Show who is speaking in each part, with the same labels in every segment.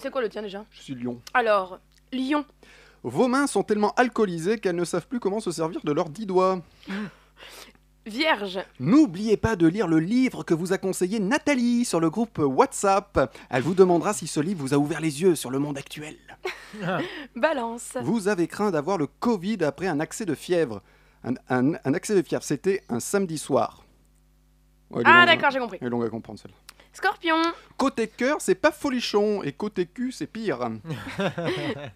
Speaker 1: C'est quoi le tien déjà
Speaker 2: Je suis lion.
Speaker 1: Alors, Lyon.
Speaker 2: Vos mains sont tellement alcoolisées qu'elles ne savent plus comment se servir de leurs dix doigts.
Speaker 1: Vierge.
Speaker 2: N'oubliez pas de lire le livre que vous a conseillé Nathalie sur le groupe WhatsApp. Elle vous demandera si ce livre vous a ouvert les yeux sur le monde actuel.
Speaker 1: Balance.
Speaker 2: Vous avez craint d'avoir le Covid après un accès de fièvre. Un, un- un accès de fièvre, c'était un samedi soir. Ouais, elle est
Speaker 1: Ah
Speaker 2: longue, hein.
Speaker 1: d'accord, j'ai compris.
Speaker 2: Elle est longue à comprendre celle
Speaker 1: Scorpion.
Speaker 2: Côté cœur, c'est pas folichon, et côté cul, c'est pire.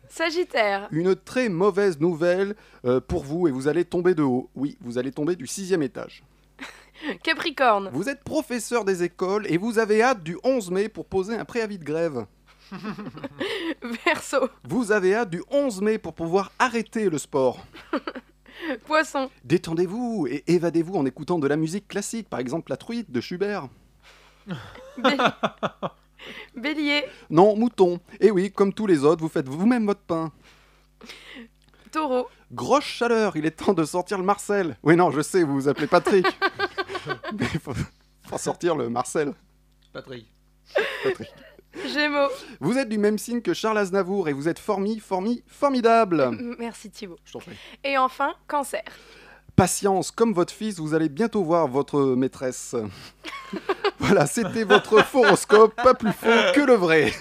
Speaker 1: Sagittaire.
Speaker 2: Une très mauvaise nouvelle euh, pour vous, et vous allez tomber de haut. Oui, vous allez tomber du sixième étage.
Speaker 1: Capricorne.
Speaker 2: Vous êtes professeur des écoles, et vous avez hâte du 11 mai pour poser un préavis de grève.
Speaker 1: Verseau.
Speaker 2: Vous avez hâte du 11 mai pour pouvoir arrêter le sport.
Speaker 1: Poisson.
Speaker 2: Détendez-vous et évadez-vous en écoutant de la musique classique, par exemple la truite de Schubert.
Speaker 1: Bé- Bélier.
Speaker 2: Non, mouton. Et oui, comme tous les autres, vous faites vous-même votre pain.
Speaker 1: Taureau.
Speaker 2: Grosse chaleur, il est temps de sortir le Marcel. Oui, non, je sais, vous vous appelez Patrick. Mais il faut, faut sortir le Marcel.
Speaker 3: Patrick.
Speaker 1: Gémeaux.
Speaker 2: Vous êtes du même signe que Charles Aznavour et vous êtes formi, formi, formidable.
Speaker 1: M- Merci Thibaut.
Speaker 2: Je t'en prie.
Speaker 1: Et enfin, Cancer.
Speaker 2: Patience, comme votre fils, vous allez bientôt voir votre maîtresse. voilà, c'était votre horoscope, pas plus faux que le vrai.